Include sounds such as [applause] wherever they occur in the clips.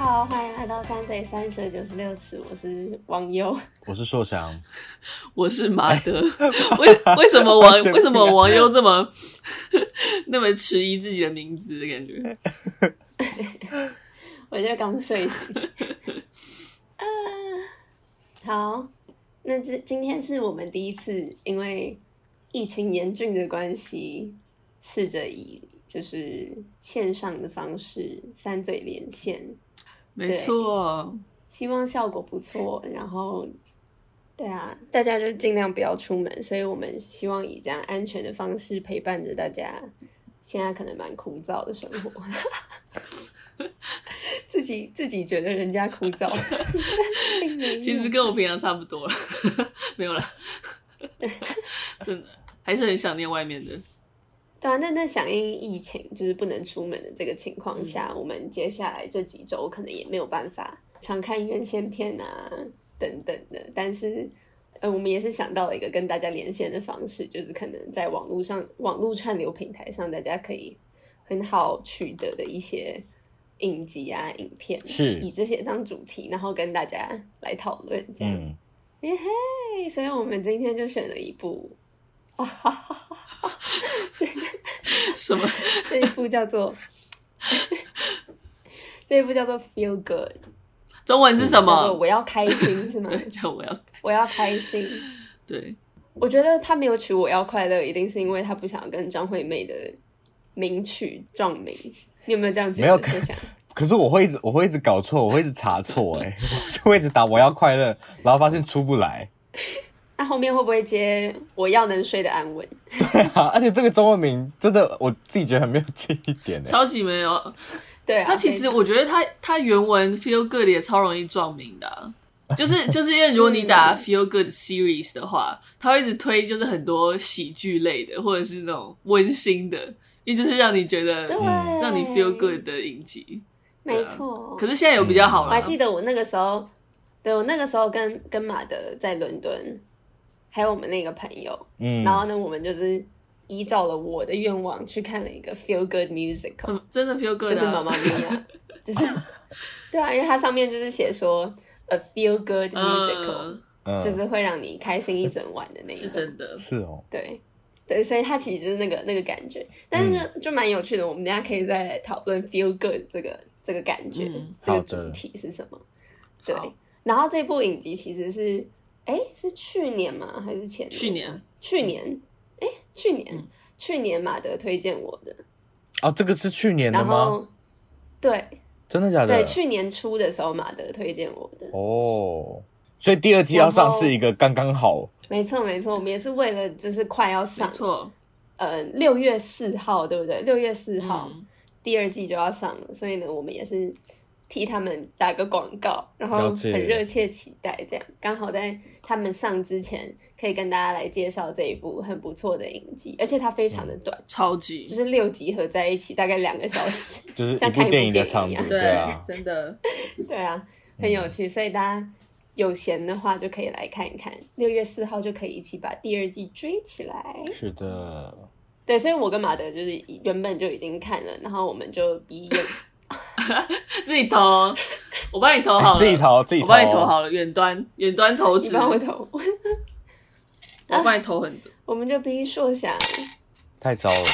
来到三嘴三舌九十六尺，我是网友， [laughs] 我是硕翔，我是马德。为为什哦么王为什么王优这么那么迟疑自己的名字的感觉？我就刚睡醒。啊，好，那这今天是我们第一次因为疫情严峻的关系，试着以就是线上的方式三嘴连线，没错，希望效果不错。然后，对啊，大家就尽量不要出门，所以我们希望以这样安全的方式陪伴着大家。现在可能蛮枯燥的生活，自己自己觉得人家枯燥， [laughs] 并没有其实跟我平常差不多了， [laughs] 没有了，真的还是很想念外面的。对啊，那那响应疫情就是不能出门的这个情况下，我们接下来这几周可能也没有办法常看院线片啊等等的，但是。呃，我们也是想到了一个跟大家连线的方式，就是可能在网络上、网络串流平台上，大家可以很好取得的一些影集啊、影片，是以这些当主题，然后跟大家来讨论这样。嗯，耶嘿！所以我们今天就选了一部，啊哈哈哈哈哈！这什么？ [laughs] 这一部叫做，这一部叫做《Feel Good》，中文是什叫做么？嗯我要开心是吗？对，叫我要 [laughs] 我要开心。对，我觉得他没有取《我要快乐》，一定是因为他不想跟张惠妹的名曲撞名。你有没有这样觉得？没有就想可是我会一直我会一直搞错，我会一直查错，哎，我就会一直打我要快乐，然后发现出不来， [laughs] 那后面会不会接“我要能睡得安稳对啊，而且这个中文名真的我自己觉得很没有记忆点，哎，超级没有。”？对啊，他其实我觉得他他原文 feel good 也超容易撞名的啊、就是就是因为如 [laughs] 果嗯你打 feel good series 的话，他会一直推就是很多喜剧类的或者是那种温馨的，因为就是让你觉对，得嗯让你 feel good 的影集。没错。可是现在有比较好哦我了还，记得我那个时候，对我那个时候跟跟马德在伦敦，还有我们那个朋友，嗯，然后呢，我们就是依照了我的愿望去看了一个 Feel Good Musical，、嗯真的 feel 就 good 是妈啊妈。咪呀， [laughs] 就是对啊，因为它上面就是写说 a feel good musical，、嗯，嗯就是会让你开心一整晚的那一是种。真的。是哦，对对，所以它其实就是那个那个感觉，但是嗯就就蛮有趣的。我们等一下可以再来讨论 feel good 这个这个感觉，嗯这个好的主题是什么？对好。然后这部影集其实是，哎，是去年吗？还是前年？去年去嗯年，哎，去年，嗯去年马德推荐我的，哦，这个是去年的然吗？后对真的假的？对，去年初的时候马德推荐我的，哦，所以第二季要上是一个刚刚好，没错没错，我们也是为了就是快要没上，错，呃，六月四号对不对？六月四号、嗯第二季就要上了，所以呢，我们也是替他们打个广告，然后了解很热切期待这样，刚好在他们上之前可以跟大家来介绍这一部很不错的影集，而且它非常的短，嗯超就级是六集合在一起大概两个小时。就是像一看一部部电影的电影长一度，样对啊，真的对啊，很有趣，所以大家有闲的话就可以来看一看。六月四号就可以一起把第二季追起来。是的，对，所以我跟马德就是原本就已经看了，然后我们就鼻眼， [laughs] 自己投，我帮你投好了，哎自己投自己哦我帮你投好了，远端远端投你掷，帮我我投，帮你投很多。我们就逼硕想，太糟了，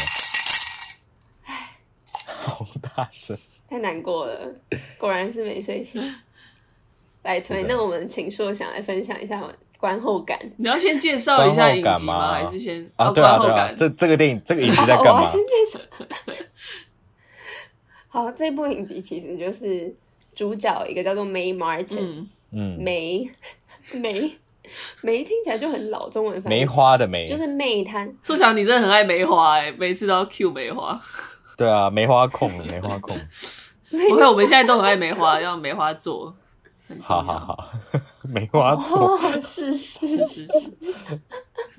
[laughs] 好大声，太难过了，果然是没睡醒。来推，是的那我们请硕想来分享一下观后感。你要先介绍一下影观后集感吗还是先啊，哦对啊，观后对啊感，这这个电影这个影集好，在哦我干要嘛先？介绍。 [laughs] 好，这部影集其实就是主角一个叫做 May Martin，、嗯，嗯，梅梅梅听起来就很老，中文翻译梅花的梅就，是妹她，素强你真的很爱梅花哎、每次都要 Q 梅花。 [laughs] 对啊，梅花控 [laughs] 了，梅 [laughs] 花控，不 [laughs] 会，我们现在都很爱梅花，要梅花座，很重好要。好好， [laughs] 梅花座，哦，是是 [laughs] 是是是。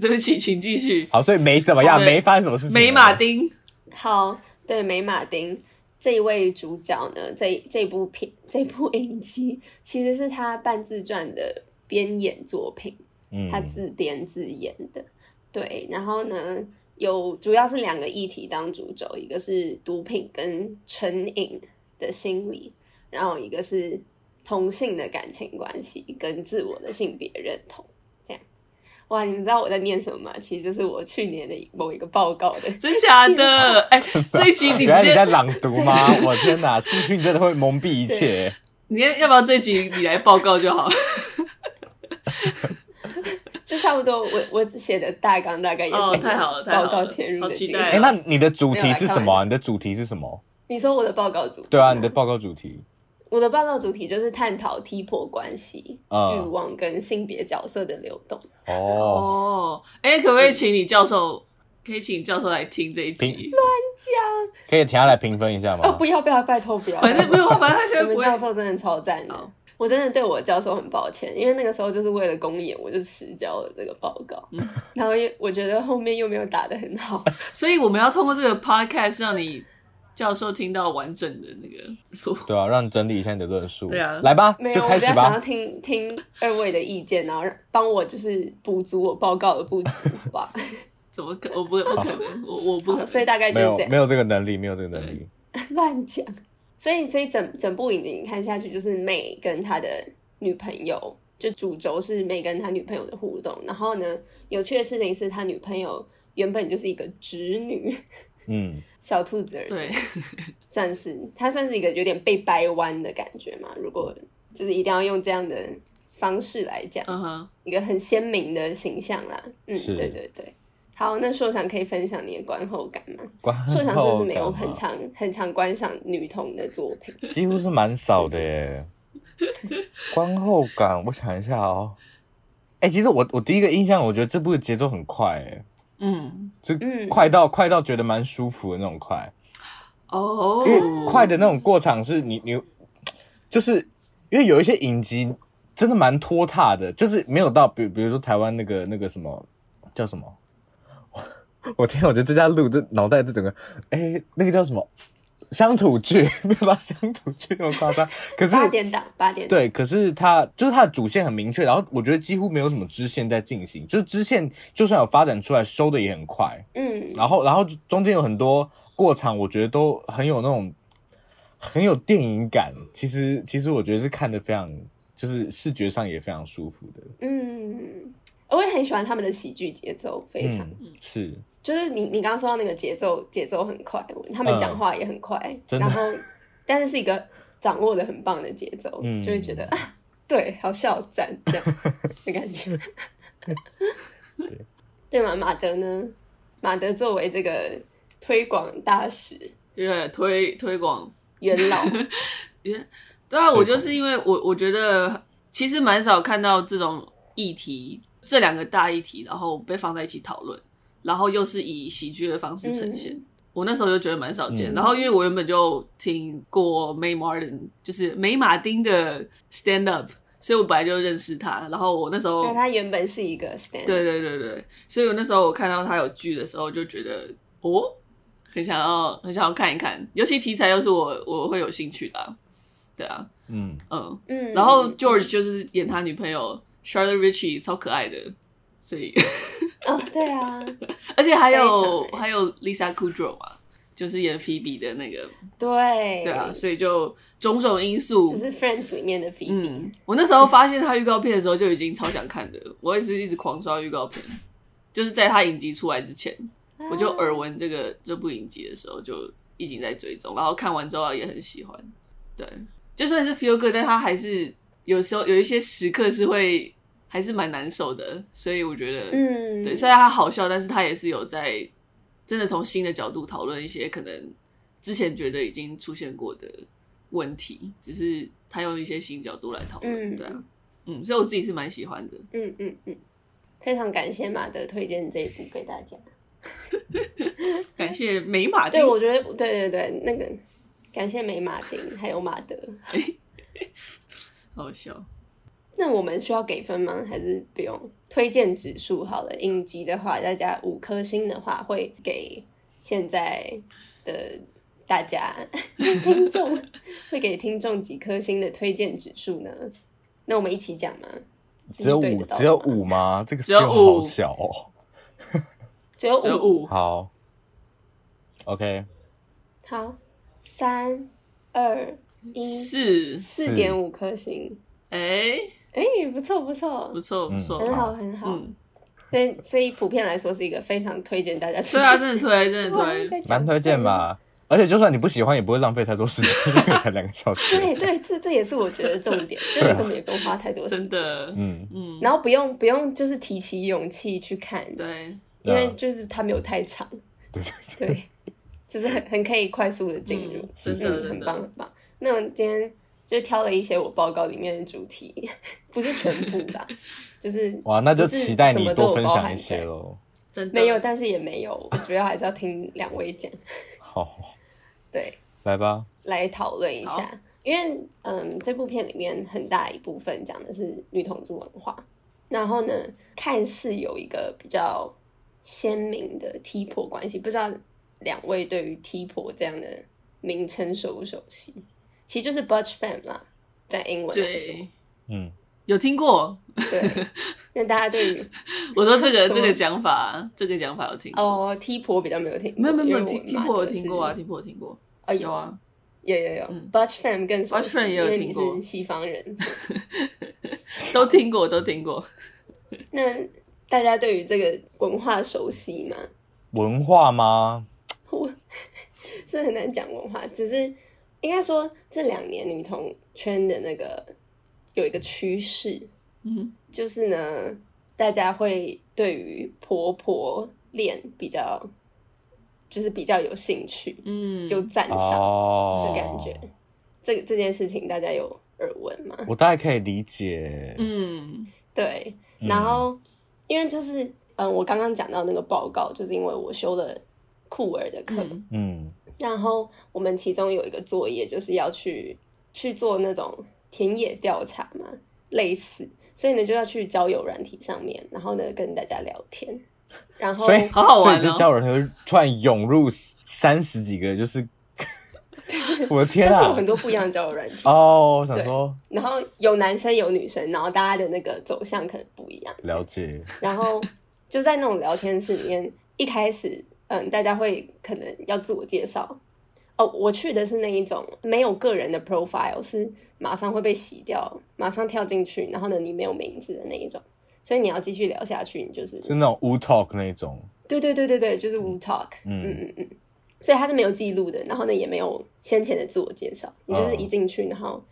对不起，请继续。好，所以梅怎么样？我们梅发生什么事情？啊梅马，丁，好，对，梅马丁这一位主角呢，这这部片这部影集其实是他半自传的编演作品，嗯他自编自演的。对，然后呢，有主要是两个议题当主轴，一个是毒品跟成瘾的心理，然后一个是同性的感情关系跟自我的性别认同。这样，哇，你们知道我在念什么吗？其实这是我去年的某一个报告的。真假的？ [laughs] 哎、这一集你原来直你在接，朗读 [laughs] 吗？我天哪，兴趣真的会蒙蔽一切。你要不要这一集你来报告就好？就差不多我，我只写的大纲大概也是哦我太好了太好报告了填入好的期精待哦华哎、那你的主没题有啦是什么啊？你的主题是什么？你说我的报告主题对啊，吗你的报告主题，我的报告主题就是探讨 T 婆关系、嗯欲望跟性别角色的流动。哦，哦，哎、可不可以请你教授？可以请教授来听这一 [laughs] 集听，可以请他来评分一下啊、吗不？要不要，拜托不要！反正不用，反正他现在 [laughs] 我们不教会。授真的超赞的，好啊我真的对我教授很抱歉，因为那个时候就是为了公演，我就迟交了这个报告，嗯 [laughs] 然后也我觉得后面又没有打得很 [laughs] 好，所以我们要通过这个 podcast 让你教授听到完整的那个。对啊，让你整理一下你的论述。对啊来吧没，有，就我开比始较想要吧。听听二位的意见，然后让帮我就是补足我报告的不足，好吧？怎么可？我不，不可能，我我不可好 [laughs] 所能。以大概就没是有这样没。有这个能力，没有这个能力。乱讲。所以，所以整整部影集你看下去，就是妹跟他的女朋友，就主轴是妹跟他女朋友的互动。然后呢，有趣的事情是他女朋友原本就是一个直女嗯，小兔子而已，对，算是她算是一个有点被掰弯的感觉嘛。如果就是一定要用这样的方式来讲，嗯哼，一个很鲜明的形象啦。嗯，是对对对。好，那硕翔可以分享你的观后感 [laughs] 吗？观硕翔是不后是没有感很吗常很常观赏女童的作品？几乎是蛮少的耶。观后感，我想一下哦。哎、其实我我第一个印象，我觉得这部的节奏很快，哎，嗯，就嗯快到、快到觉得蛮舒服的那种快，哦因，为快的那种过场是你你，就是因为有一些影集真的蛮拖沓的，就是没有到，比比如说台湾那个那个什么叫什么， [laughs] 我我天，我觉得这家录这脑袋这整个，哎、那个叫什么乡土剧，没有到乡土剧那么夸张，可是八点档，八点档。对，可是它就是它的主线很明确，然后我觉得几乎没有什么支线在进行，就是支线就算有发展出来，收的也很快。嗯，然后，然后中间有很多过场，我觉得都很有那种很有电影感。其实，其实我觉得是看的非常，就是视觉上也非常舒服的。嗯，我也很喜欢他们的喜剧节奏，非常、嗯，是就是你你刚刚说到那个节奏，节奏很快，他们讲话也很快，嗯真的然后但是是一个掌握的很棒的节奏，嗯就会觉得啊，对，好笑赞这 [laughs] 样的感觉。对对嘛，马德呢？马德作为这个推广大使对，推推广元 [laughs] 老，对啊，推我就广是因为我我觉得其实蛮少看到这种议题，这两个大议题，然后被放在一起讨论，然后又是以喜剧的方式嗯呈现。我那时候就觉得蛮少见。嗯然后因为我原本就听过 May Martin，就是梅马丁的 stand up，所以我本来就认识他。然后我那时候那他原本是一个 stand，对对对对，所以我那时候我看到他有剧的时候，就觉得哦，很想要很想要看一看，尤其题材又是我我会有兴趣的啊、对啊，嗯，嗯，嗯，然后 George 就是演他女朋友 Charlotte Ritchie，超可爱的，所以 [laughs] 哦，对啊，而且还有非常还有 Lisa Kudrow 嘛，就是演 Phoebe 的那个，对，对啊，所以就种种因素哎只，是 Friends 里面的 Phoebe，、嗯，我那时候发现他预告片的时候就已经超想看的，我也是一直狂刷预告片，就是在他影集出来之前。啊我就耳闻这个这部影集的时候，就已经在追踪，然后看完之后也很喜欢。对，就算是 feel good，但它还是有时候有一些时刻是会还是蛮难受的，所以我觉得，嗯，对，虽然它好笑，但是它也是有在真的从新的角度讨论一些可能之前觉得已经出现过的问题，只是他用一些新角度来讨论，嗯对啊，嗯，所以我自己是蛮喜欢的。嗯嗯嗯，非常感谢马德推荐这一部给大家。嗯感谢美马丁对，我觉得对对对，那个感谢美马丁还有马德。好笑。那我们需要给分吗？还是不用？推荐指数好了，影集的话，大家五颗星的话会给现在的大家 [laughs] 听众会给听众几颗星的推荐指数呢？那我们一起讲吗？只有这是对五得，到只有吗，五吗？这个只有 scale 五好小哦。只有只有五。五，好，OK，好，三二一四，四点五颗星，哎，哎，不错不错不，错不错，很好很好。嗯，所以所以普遍来说是一个非常推荐大家去对看。啊，真的推，真 [laughs] 的哇推，，蛮推荐吧。吧。而且就算你不喜欢，也不会浪费太多时间，因为才两个小时。对对，这这也是我觉得重 [laughs] 点，就是根本也不用花太多时真间，的，嗯，嗯，然后不用不用就是提起勇气去看，对，因为就是它没有太长，啊对 [laughs] 对对，就是很很可以快速的进入嗯，真所以的很真棒的，很棒。那我今天就挑了一些我报告里面的主题，不是全部吧，就是哇，那就期待就是什你么都有多分包享含一些在喽。哦真的没有，但是也没有，我主要还是要听两位讲，好，对，来吧。来讨论一好下。因为嗯，这部片里面很大一部分讲的是女同志文化，然后呢，看似有一个比较鲜明的 T 婆关系，不知道两位对于 T 婆这样的名称熟不熟悉？其实就是 Butch Fam 啦，在英文来说对，，嗯，有听过， [laughs] 对。那大家对于我说这 [laughs] 个什么这个讲法，这个讲法有听过，哦 T 婆比较没有听过，没有没有没有因为听我听妈过有就听是过啊，听过有听过，啊有有啊，有有有嗯，Butch Fam 更熟 Butch 悉 Fam 也有因为你听过是西方人，都听过都听过，那大家对于这个文化熟悉吗？文化吗？是很难讲文化，只是应该说这两年女同圈的那个有一个趋势，嗯，就是呢，大家会对于婆婆恋比较，就是比较有兴趣，嗯，有赞赏哦的感觉。这这件事情大家有耳闻吗？我大概可以理解。嗯，对，嗯然后、因为就是嗯，我刚刚讲到那个报告，就是因为我修了酷儿的课，嗯嗯然后我们其中有一个作业就是要去去做那种田野调查嘛，类似，所以呢就要去交友软体上面，然后呢跟大家聊天，然后所以好好玩哦所以就叫人会突然涌入三十几个，就是 [laughs] 我的天但是有啊很！多不一样的交友软体，哦，我想说然后有男生有女生，然后大家的那个走向可能不一样，了解， [laughs] 然后就在那种聊天室里面，一开始嗯大家会可能要自我介绍。哦，我去的是那一种没有个人的 profile，是马上会被洗掉，马上跳进去，然后呢，你没有名字的那一种，所以你要继续聊下去，你就是是那种无 talk 那种，对对对对对，就是无 talk，嗯嗯嗯嗯，所以它是没有记录的，然后呢也没有先前的自我介绍，你就是哦一进去，然后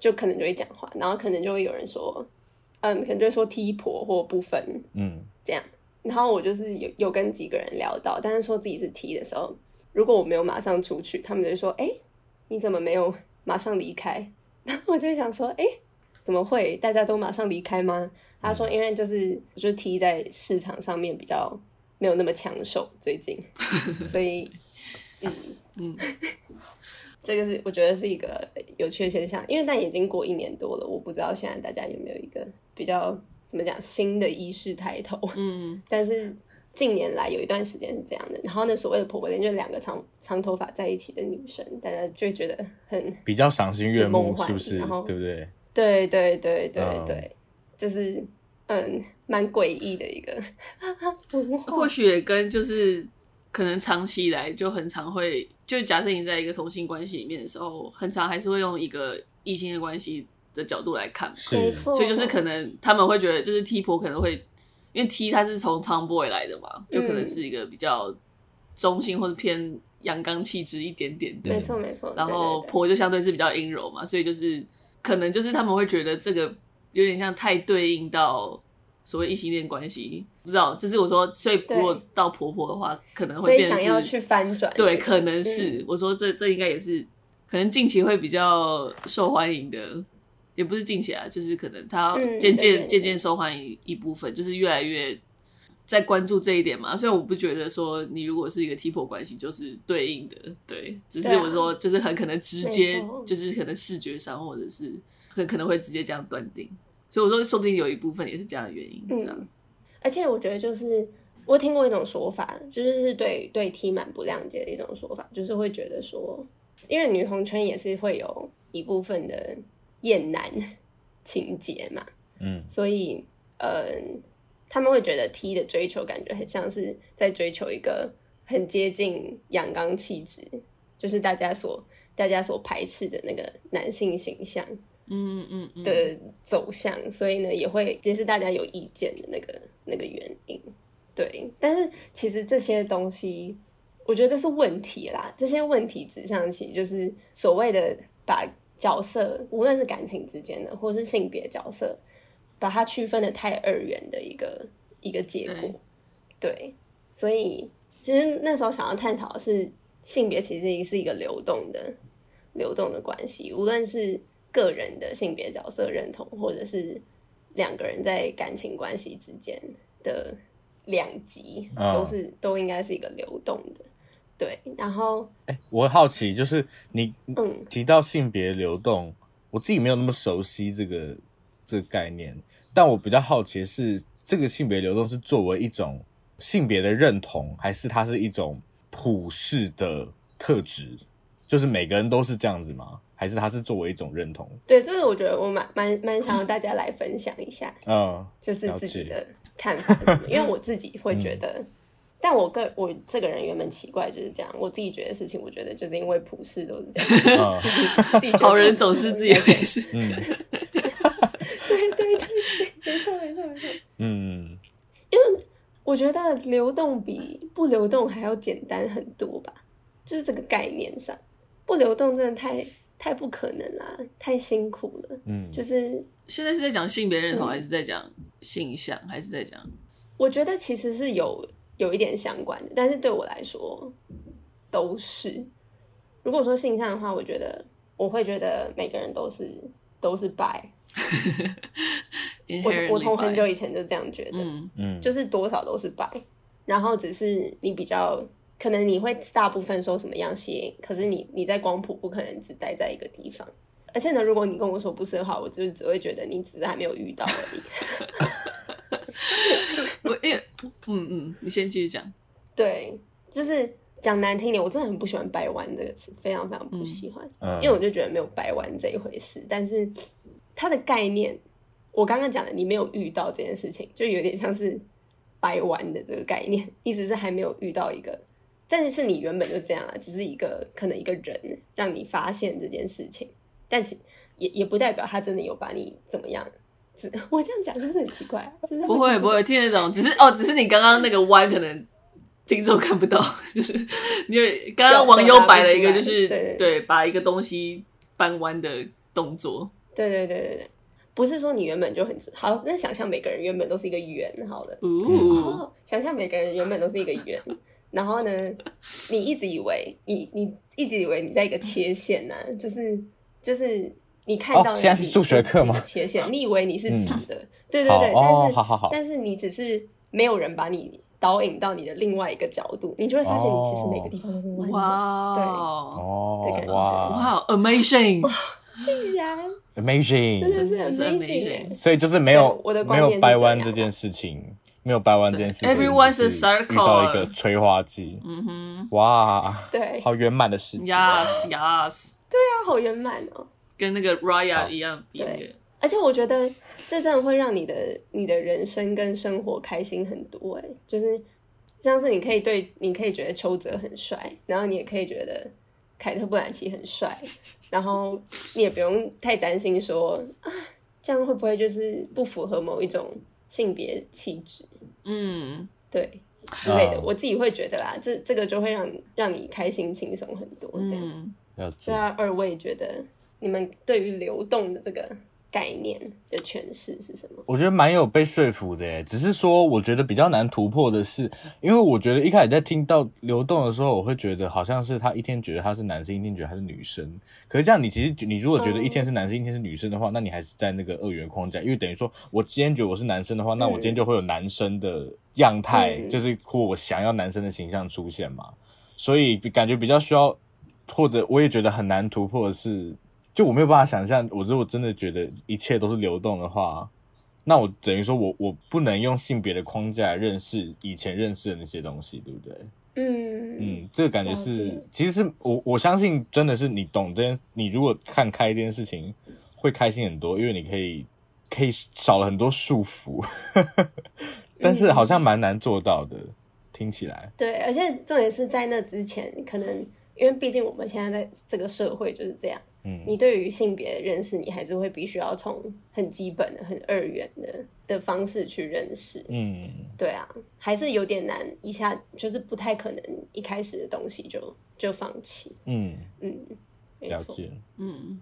就可能就会讲话，然后可能就会有人说，嗯，可能就会说踢婆或不分嗯，这样，然后我就是有有跟几个人聊到，但是说自己是 T 的时候，如果我没有马上出去，他们就会说，哎，你怎么没有马上离开？ [laughs] 然后我就会想说，哎。怎么会？大家都马上离开吗？他说，因为就是就是 T 在市场上面比较没有那么抢手，最近，所以，嗯嗯， [laughs] 这个是我觉得是一个有趣的现象，因为但已经过一年多了，我不知道现在大家有没有一个比较怎么讲新的意识抬头，嗯但是近年来有一段时间是这样的。然后呢，所谓的婆婆恋就是两个长长头发在一起的女生，大家就会觉得很比较赏心悦梦目，幻是不是？然后对不对？对对对对嗯对，就是嗯，蛮诡异的 [laughs] 一个文化。或许也跟就是可能长期以来就很常会，就假设你在一个同性关系里面的时候，很常还是会用一个异性的关系的角度来看，没是，错，所以就是可能他们会觉得，就是 T 婆可能会因为 T 他是从 Tomboy 来的嘛，就可嗯能是一个比较中性或者偏阳刚气质一点点的没错没错，然对后对对婆就相对是比较阴柔嘛，所以就是可能就是他们会觉得这个有点像太对应到所谓异性恋关系，不知道，就是我说，所以对如果到婆婆的话，可能所会以变成想是要去翻转，对，可能是、嗯我说这这应该也是可能近期会比较受欢迎的，也不是近期啊，就是可能它嗯对渐对渐对渐渐受欢迎一部分，就是越来越在关注这一点嘛。虽然我不觉得说你如果是一个 T 婆关系就是对应的，对，只是对啊我说就是很可能直接没错就是可能视觉上或者是很可能会直接这样断定，所以我说说不定有一部分也是这样的原因，啊嗯这样，而且我觉得就是我听过一种说法，就是是对对 T 蛮不谅解的一种说法，就是会觉得说，因为女同圈也是会有一部分的厌男 [laughs] 情节嘛，嗯，所以嗯，他们会觉得 T 的追求感觉很像是在追求一个很接近阳刚气质，就是大家所大家所排斥的那个男性形象嗯嗯嗯，的走向，所以呢，也会也是大家有意见的那个那个原因。对，但是其实这些东西，我觉得是问题啦。这些问题指向其实就是所谓的把角色，无论是感情之间的，或是性别角色，把它区分的太二元的一个一个结果。对，所以其实那时候想要探讨的是性别其实是一个流动的、流动的关系，无论是个人的性别角色认同，或者是两个人在感情关系之间的两极，啊嗯都是都应该是一个流动的。对，然后我好奇，就是你嗯提到性别流动，我自己没有那么熟悉这个这个概念，但我比较好奇的是这个性别流动是作为一种性别的认同，还是它是一种普世的特质？就是每个人都是这样子吗？还是它是作为一种认同？对，这个我觉得我蛮蛮蛮想要大家来分享一下。嗯，就是自己的看法是什么，因为我自己会觉得，嗯但我个我这个人原本奇怪就是这样，我自己觉得事情，我觉得就是因为普世都是这样，嗯自己觉得好人总是自己的本事。对对对，没错没错没错。嗯，我觉得流动比不流动还要简单很多吧，就是这个概念上，不流动真的太太不可能啦，太辛苦了。嗯就是现在是在讲性别认同，还是在讲性向，还是在讲？我觉得其实是有有一点相关的，但是对我来说都是。如果说性向的话，我觉得我会觉得每个人都是都是 bi，我我从很久以前就这样觉得，嗯嗯，就是多少都是 bi，然后只是你比较可能你会大部分受什么样吸引，可是你你在光谱不可能只待在一个地方。而且呢，如果你跟我说不是的话，我就是只会觉得你只是还没有遇到而已。 [laughs] 我因为嗯嗯，你先继续讲。对，就是讲难听点，我真的很不喜欢“掰弯”这个词，非常非常不喜欢，嗯因为我就觉得没有掰弯这一回事。但是它的概念，我刚刚讲的，你没有遇到这件事情，就有点像是掰弯的这个概念，你只是还没有遇到一个，但是是你原本就这样啊，只是一个可能一个人让你发现这件事情，但其也也不代表他真的有把你怎么样。只我这样讲是不是很奇怪啊？就是不会听不会，听得懂，只是哦，只是你刚刚那个弯可能听众看不到，就是因为刚刚网友摆了一个，就对是对对对把一个东西搬弯的动作。对对对对对，不是说你原本就很直好，那想象每个人原本都是一个圆，好了，嗯哦，哦，想象每个人原本都是一个圆，然后呢，你一直以为你你一直以为你在一个切线呢、就是就是你看到哦你现在是数学课吗你嗯是一个切线，你以为你是直的，对对好对，但哦是，好好好，但是你只是没有人把你导引到你的另外一个角度，你就会发现你其实每个地方都是弯的，哇的哦感觉哇哇，amazing！竟然真，amazing，的是真的是 amazing 耶 amazing 所以就是没有对我的没观点有是掰弯这样这件事情，没有掰弯这件事情对，everyone's 只是 a 遇到一 circle 个催化剂，嗯哼哇，对，好圆满的事情。 ，yes yes，它好圆满哦。跟那个 Raya 好一样比那个对。而且我觉得这真的会让你的你的人生跟生活开心很多哎、就是像是你可以对你可以觉得邱泽很帅，然后你也可以觉得凯特·布兰奇很帅，然后你也不用太担心说啊，这样会不会就是不符合某一种性别气质，嗯，对之类的。嗯我自己会觉得啦，这这个就会让让你开心轻松很多这样。嗯，了解所以啊二位觉得你们对于流动的这个概念的诠释是什么？我觉得蛮有被说服的耶，只是说我觉得比较难突破的是，因为我觉得一开始在听到流动的时候，我会觉得好像是他一天觉得他是男生，一天觉得他是女生。可是这样，你其实你如果觉得一天是男生，一天是女生的话，那你还是在那个二元框架，因为等于说我今天觉得我是男生的话，那我今天就会有男生的 [laughs] 样态，嗯就是或我想要男生的形象出现嘛。所以感觉比较需要，或者我也觉得很难突破的是，就我没有办法想象，我如果真的觉得一切都是流动的话，那我等于说我我不能用性别的框架来认识以前认识的那些东西，对不对？嗯嗯，这个感觉了是解，其实是我我相信真的是你懂这件，你如果看开这件事情，会开心很多，因为你可以可以少了很多束缚，但是好像蛮难做到的，听起来，对，而且重点是在那之前，可能因为毕竟我们现在在这个社会就是这样，嗯你对于性别的认识，你还是会必须要从很基本的、很二元的的方式去认识。嗯，对啊，还是有点难，一下就是不太可能一开始的东西就就放弃。嗯，嗯，没了错。解。嗯，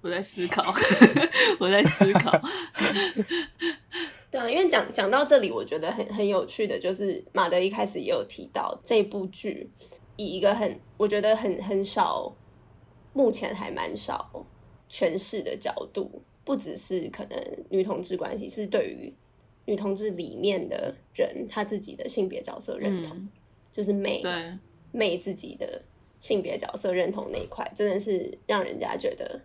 我在思考， [laughs] 我在思考， [laughs] 对啊，因为讲讲到这里，我觉得很很有趣的，就是马德一开始也有提到这部剧，以一个很我觉得很很少，目前还蛮少诠释的角度，不只是可能女同志关系，是对于女同志里面的人他自己的性别角色认同，嗯，就是妹对，妹自己的性别角色认同那一块，真的是让人家觉得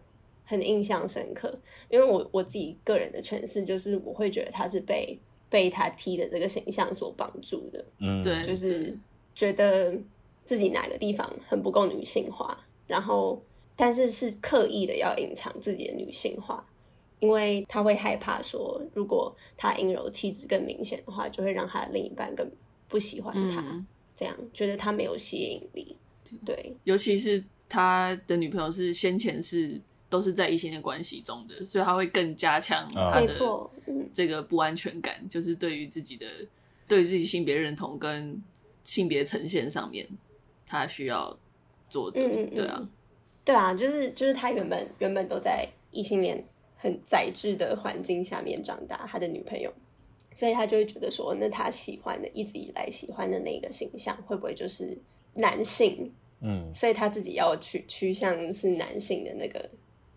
很印象深刻。因为我我自己个人的诠释就是，我会觉得他是被被他踢的这个形象所绑住的，嗯，对，就是觉得自己哪个地方很不够女性化，然后但是是刻意的要隐藏自己的女性化。因为他会害怕说，如果他阴柔气质更明显的话，就会让他的另一半更不喜欢他。嗯，这样觉得他没有吸引力。对尤其是他的女朋友是先前是都是在异性恋关系中的，所以他会更加强啊他没的错嗯这个不安全感，就是对于自己的对于自己性别认同跟性别呈现上面，他需要做的，嗯嗯嗯对啊，对啊，就是就是他原本原本都在异性恋很宰制的环境下面长大，他的女朋友，所以他就会觉得说，那他喜欢的一直以来喜欢的那个形象，会不会就是男性？嗯所以他自己要趋趋向是男性的那个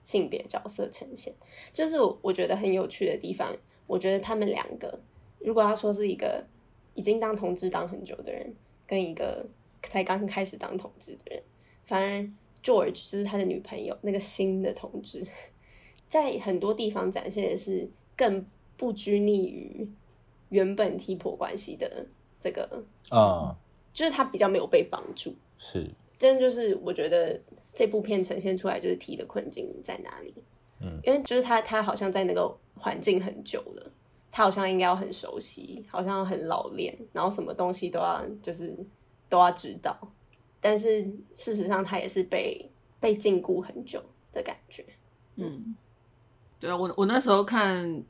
性别角色呈现，就是我我觉得很有趣的地方。我觉得他们两个，如果要说是一个已经当同志当很久的人，跟一个才刚开始当同志的人，反而 George 就是他的女朋友那个新的同志， [laughs] 在很多地方展现的是更不拘泥于原本踢婆关系的这个，啊，就是他比较没有被绑住。是，真的就是我觉得这部片呈现出来就是提的困境在哪里。嗯，因为就是他他好像在那个环境很久了，他好像应该要很熟悉，好像很老练，然后什么东西都要就是都要知道。但是事实上，他也是被被禁锢很久的感觉。嗯，对啊，我我那时候看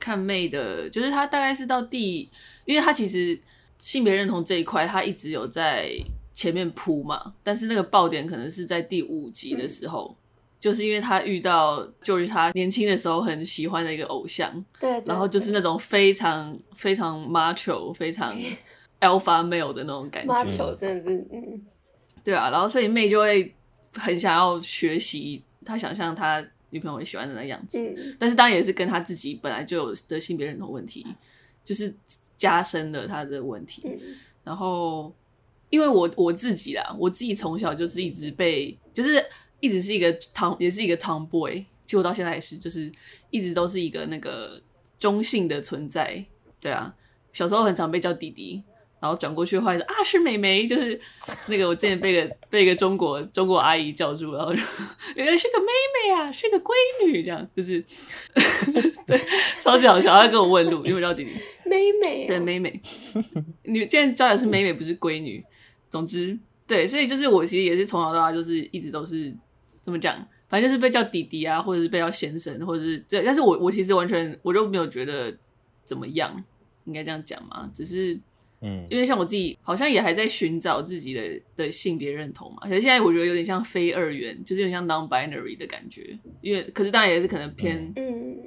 看妹的，就是她大概是到第，因为她其实性别认同这一块，她一直有在前面铺嘛，但是那个爆点可能是在第五集的时候，就是因为她遇到就是她年轻的时候很喜欢的一个偶像，对然后就是那种非常非常 macho 非常 alpha male 的那种感觉，妈球真的是，嗯，对啊，然后所以妹就会很想要学习，她想象她女朋友会喜欢的那样子，嗯但是当然也是跟她自己本来就有的性别认同问题，就是加深了她的问题。嗯然后，因为我我自己啦，我自己从小就是一直被，就是一直是一个 tom，也是一个 tomboy，其实我到现在也是，就是一直都是一个那个中性的存在。对啊，小时候很常被叫弟弟，然后转过去的话也是啊是妹妹，就是那个我之前被个被一个中国中国阿姨叫住，然后就原来是个妹妹啊，是个闺女，这样就是 [laughs] 对，超级好笑。她跟我问路，因为我叫弟弟。妹妹啊对，妹妹， [laughs] 你既然叫的是妹妹，不是闺女。总之，对，所以就是我其实也是从小到大就是一直都是怎么讲，反正就是被叫弟弟啊，或者是被叫先生，或者是对，但是我我其实完全我就没有觉得怎么样，应该这样讲嘛，只是嗯因为像我自己好像也还在寻找自己的的性别认同嘛，可是现在我觉得有点像非二元，就是有点像 non-binary 的感觉，因为可是当然也是可能偏。嗯嗯，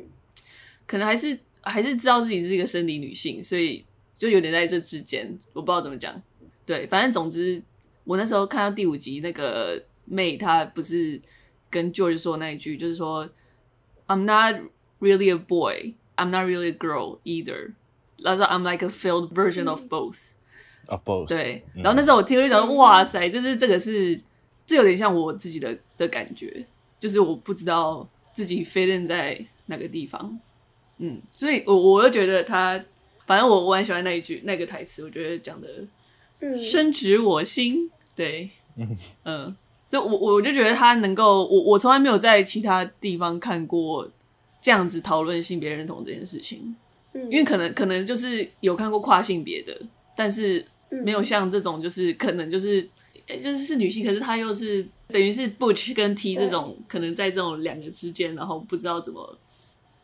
可能还是还是知道自己是一个生理女性，所以就有点在这之间，我不知道怎么讲。对，反正总之，我那时候看到第五集那个妹，她不是跟 George 说那一句，就是说 "I'm not really a boy, I'm not really a girl either." 然后说 "I'm like a failed version of both." ，of both，对，嗯然后那时候我听我就想嗯说，哇塞，就是这个是，这有点像我自己的的感觉，就是我不知道自己 fit in 在哪个地方，嗯，所以我我又觉得他，反正我我很喜欢那一句那个台词，我觉得讲的嗯深植我心，对，嗯、所以我我就觉得他能够，我我从来没有在其他地方看过这样子讨论性别认同这件事情，嗯因为可能可能就是有看过跨性别的，但是嗯没有像这种就是可能就是呃就是是女性，可是她又是等于是 Butch 跟 T 这种，可能在这种两个之间，然后不知道怎么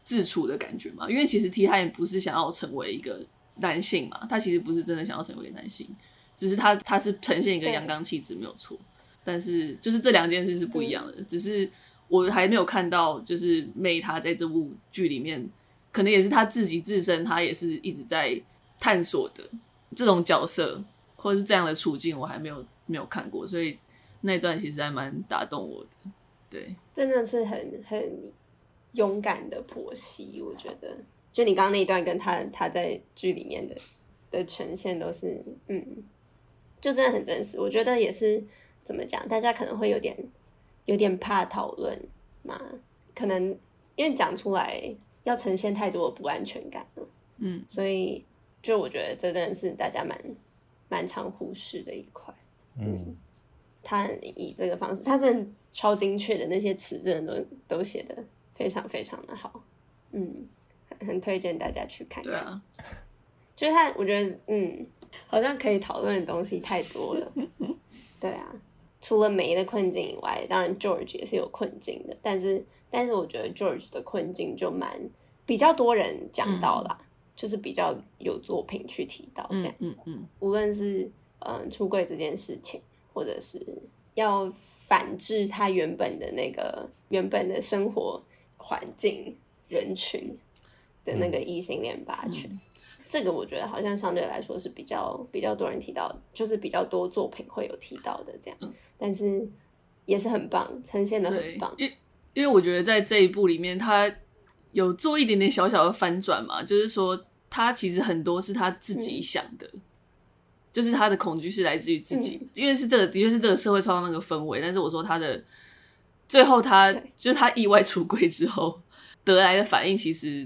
自处的感觉嘛。因为其实 T 他也不是想要成为一个男性嘛，他其实不是真的想要成为一个男性，只是他他是呈现一个对阳刚气质没有错，但是就是这两件事是不一样的，只是我还没有看到就是妹她在这部剧里面，可能也是她自己自身，她也是一直在探索的这种角色或者是这样的处境，我还没有没有看过，所以那一段其实还蛮打动我的，对。真的是很很勇敢的婆媳，我觉得。就你刚刚那一段跟他他在剧里面的的呈现都是，嗯，就真的很真实。我觉得也是怎么讲，大家可能会有点有点怕讨论嘛，可能因为讲出来要呈现太多的不安全感了，嗯，所以就我觉得这真的是大家蛮蛮常忽视的一块。嗯，他以这个方式，他真的超精确的，那些词真的都都写的非常非常的好，嗯，很很推荐大家去看对看。啊，就是他，我觉得嗯，好像可以讨论的东西太多 [laughs] 了。对啊，除了梅的困境以外，当然 George 也是有困境的，但是但是我觉得 George 的困境就蛮比较多人讲到啦，就是比较有作品去提到这样。嗯嗯嗯，无论是嗯出柜这件事情，或者是要反制他原本的那个原本的生活环境、人群的那个异性恋霸权，这个我觉得好像相对来说是比较比较多人提到，就是比较多作品会有提到的这样，但是也是很棒，呈现的对很棒，，因为因为我觉得在这一部里面，他有做一点点小小的翻转嘛，就是说他其实很多是他自己想的，嗯就是他的恐惧是来自于自己，因为是这个的确是这个社会创造那个氛围，但是我说他的最后他对就是他意外出轨之后得来的反应，其实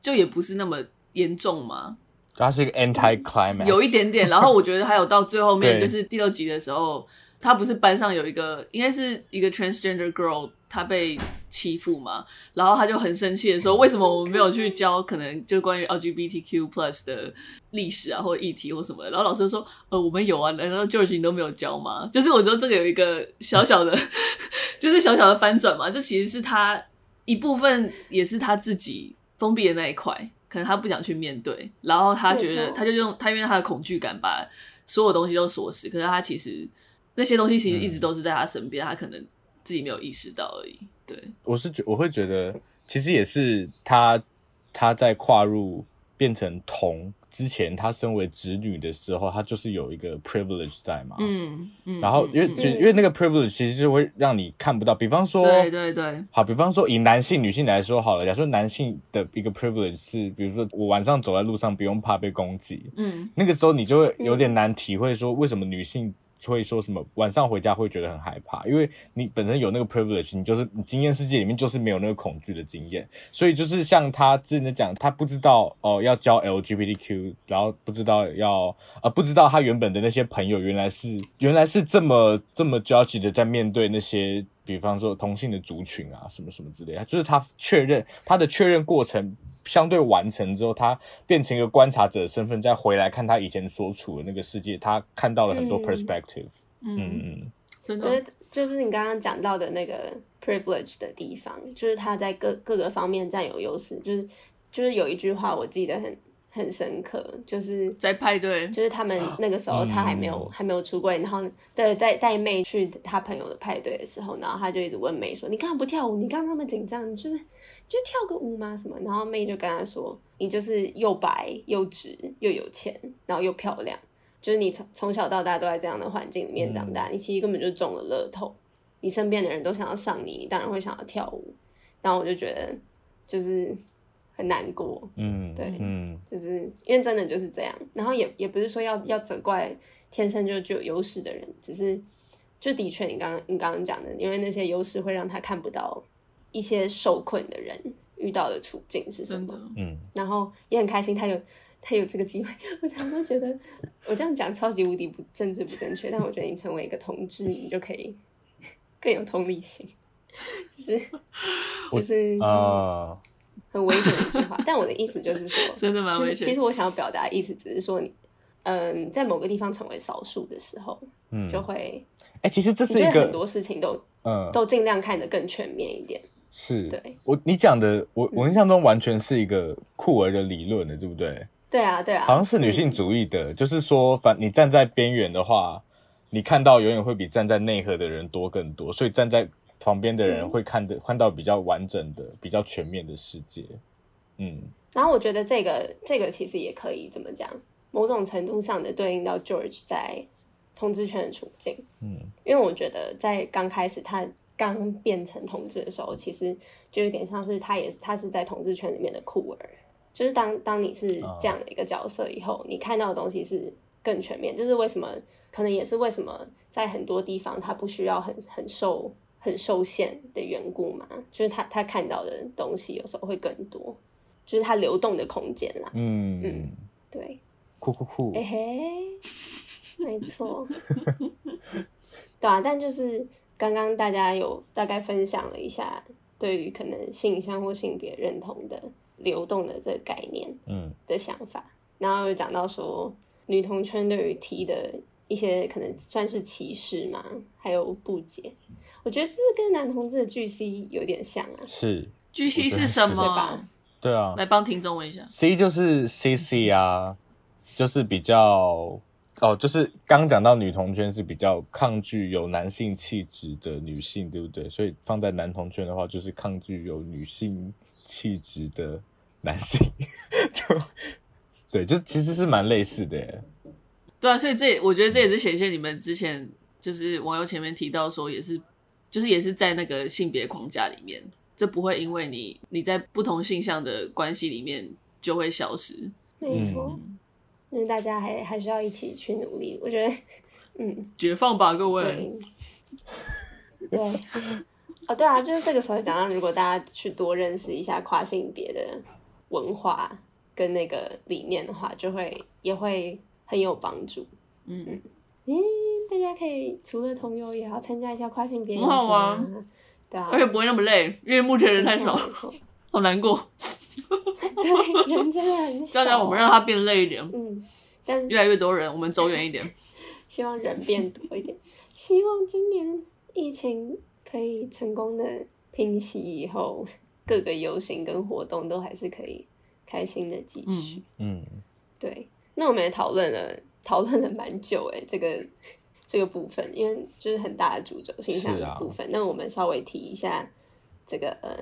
就也不是那么严重嘛，它是一个 anti climax，有一点点。然后我觉得还有到最后面，对就是第六集的时候，他不是班上有一个应该是一个 transgender girl，她被欺负嘛，然后他就很生气的说，为什么我们没有去教可能就关于 LGBTQ plus 的历史啊，或议题或什么的？然后老师就说，呃，我们有啊，难道 George 你都没有教吗？就是我说这个有一个小小的，就是小小的翻转嘛，就其实是他一部分也是他自己封闭的那一块，可能他不想去面对，然后他觉没得错他就用他因为他的恐惧感把所有东西都锁死，可是他其实那些东西其实一直都是在他身边，他可能自己没有意识到而已。对，我是觉我会觉得，其实也是他他在跨入变成同之前，他身为直女的时候，他就是有一个 privilege 在嘛。嗯嗯然后因为其实因为那个 privilege 其实就会让你看不到，比方说，对对对，好，比方说以男性、女性来说好了，假如说男性的一个 privilege 是，比如说我晚上走在路上不用怕被攻击，嗯那个时候你就会有点难体会说为什么女性会说什么晚上回家会觉得很害怕，因为你本身有那个 privilege，你就是你经验世界里面就是没有那个恐惧的经验，所以就是像他之前讲，他不知道哦要教 LGBTQ，然后不知道要呃不知道他原本的那些朋友原来是原来是这么这么 judge 的在面对那些。比方说同性的族群啊，什么什么之类的，就是他确认他的确认过程相对完成之后，他变成一个观察者的身份，再回来看他以前所处的那个世界，他看到了很多嗯 perspective。嗯，嗯嗯，真我觉的，得就是你刚刚讲到的那个 privilege 的地方，就是他在各各个方面占有优势，就是就是有一句话我记得很很深刻，就是在派对，就是他们那个时候他还没有、嗯还没有出柜，然后对带带妹去他朋友的派对的时候，然后他就一直问妹说：“你干嘛不跳舞？你刚刚那么紧张，你就是就跳个舞嘛什么？”然后妹就跟他说：“你就是又白又直又有钱，然后又漂亮，就是你从从小到大都在这样的环境里面长大，你其实根本就中了乐透，你身边的人都想要上你，你当然会想要跳舞。”然后我就觉得就是很难过，嗯，对嗯，就是因为真的就是这样，然后也也不是说要要责怪天生就具有优势的人，只是就的确你刚刚你刚刚讲的，因为那些优势会让他看不到一些受困的人遇到的处境是什真的么，，嗯，然后也很开心他有他有这个机会。 [laughs] 我常常觉得我这样讲超级无敌不政治不正确，但我觉得你成为一个同志，你就可以更有同理心， [laughs] 就是就是啊，很危险的一句话。但我的意思就是说，真的蛮其危实，其险实。我想要表达的意思只是说你，嗯，在某个地方成为少数的时候，嗯，就会哎、其实这你是就一会很个，多事情都嗯，都尽量看得更全面一点。是，对我你讲的，嗯我我印象中完全是一个酷儿的理论的，对不对？对啊，对好啊像，是女性主义的，就是说，反你站在边缘的话，你看到永远会比站在内核的人多更多，所以站在旁边的人嗯会看的、看到比较完整的、比较全面的世界。嗯，然后我觉得这个这个其实也可以怎么讲，某种程度上的对应到 George 在同志圈的处境。嗯，因为我觉得在刚开始他刚变成同志的时候，其实就有点像是他也他是在同志圈里面的酷儿，就是当当你是啊这样的一个角色以后，你看到的东西是更全面。这是为什么？可能也是为什么在很多地方他不需要很很受很受限的缘故嘛，就是他他看到的东西有时候会更多，就是他流动的空间啦。嗯，嗯对，酷酷酷，哎、嘿，没错，对啊，但就是刚刚大家有大概分享了一下对于可能性向或性别认同的流动的这个概念嗯的想法，然后有讲到说女同圈对于 T 的一些可能算是歧视嘛，还有不解，我觉得这是跟男同志的巨 C 有点像啊，是，巨我蜥觉得是什是对吧么？对啊来帮听众问一下。 ，C 就是 CC 啊，就是比较。哦，就是刚讲到女同圈是比较抗拒有男性气质的女性，对不对？所以放在男同圈的话，就是抗拒有女性气质的男性， [laughs] 就对，就其实是蛮类似的耶。对啊，所以这也我觉得这也是显现你们之前就是网友前面提到说，也是就是也是在那个性别框架里面，这不会因为你你在不同性向的关系里面就会消失。没错，嗯，因为大家还还是要一起去努力，我觉得，嗯。解放吧，各位。对， [laughs] 对，哦，对啊，就是这个时候讲到，如果大家去多认识一下跨性别的文化跟那个理念的话，就会也会很有帮助。嗯，咦，大家可以除了同游，也要参加一下跨性别游很行好啊啊，对啊，而且不会那么累，因为目前人太 [laughs] 少，没错，好难过。没错对，人真的 [laughs] 很少。要让我们让它变累一点，嗯，但是越来越多人，我们走远一点。希望人变多一点，希望今年疫情可以成功的平息以后，各个游行跟活动都还是可以开心的继续。嗯，对，那我们也讨论了， [laughs] 讨论了蛮久诶、这个这个部分，因为就是很大的主轴性上是的啊部分。那我们稍微提一下这个呃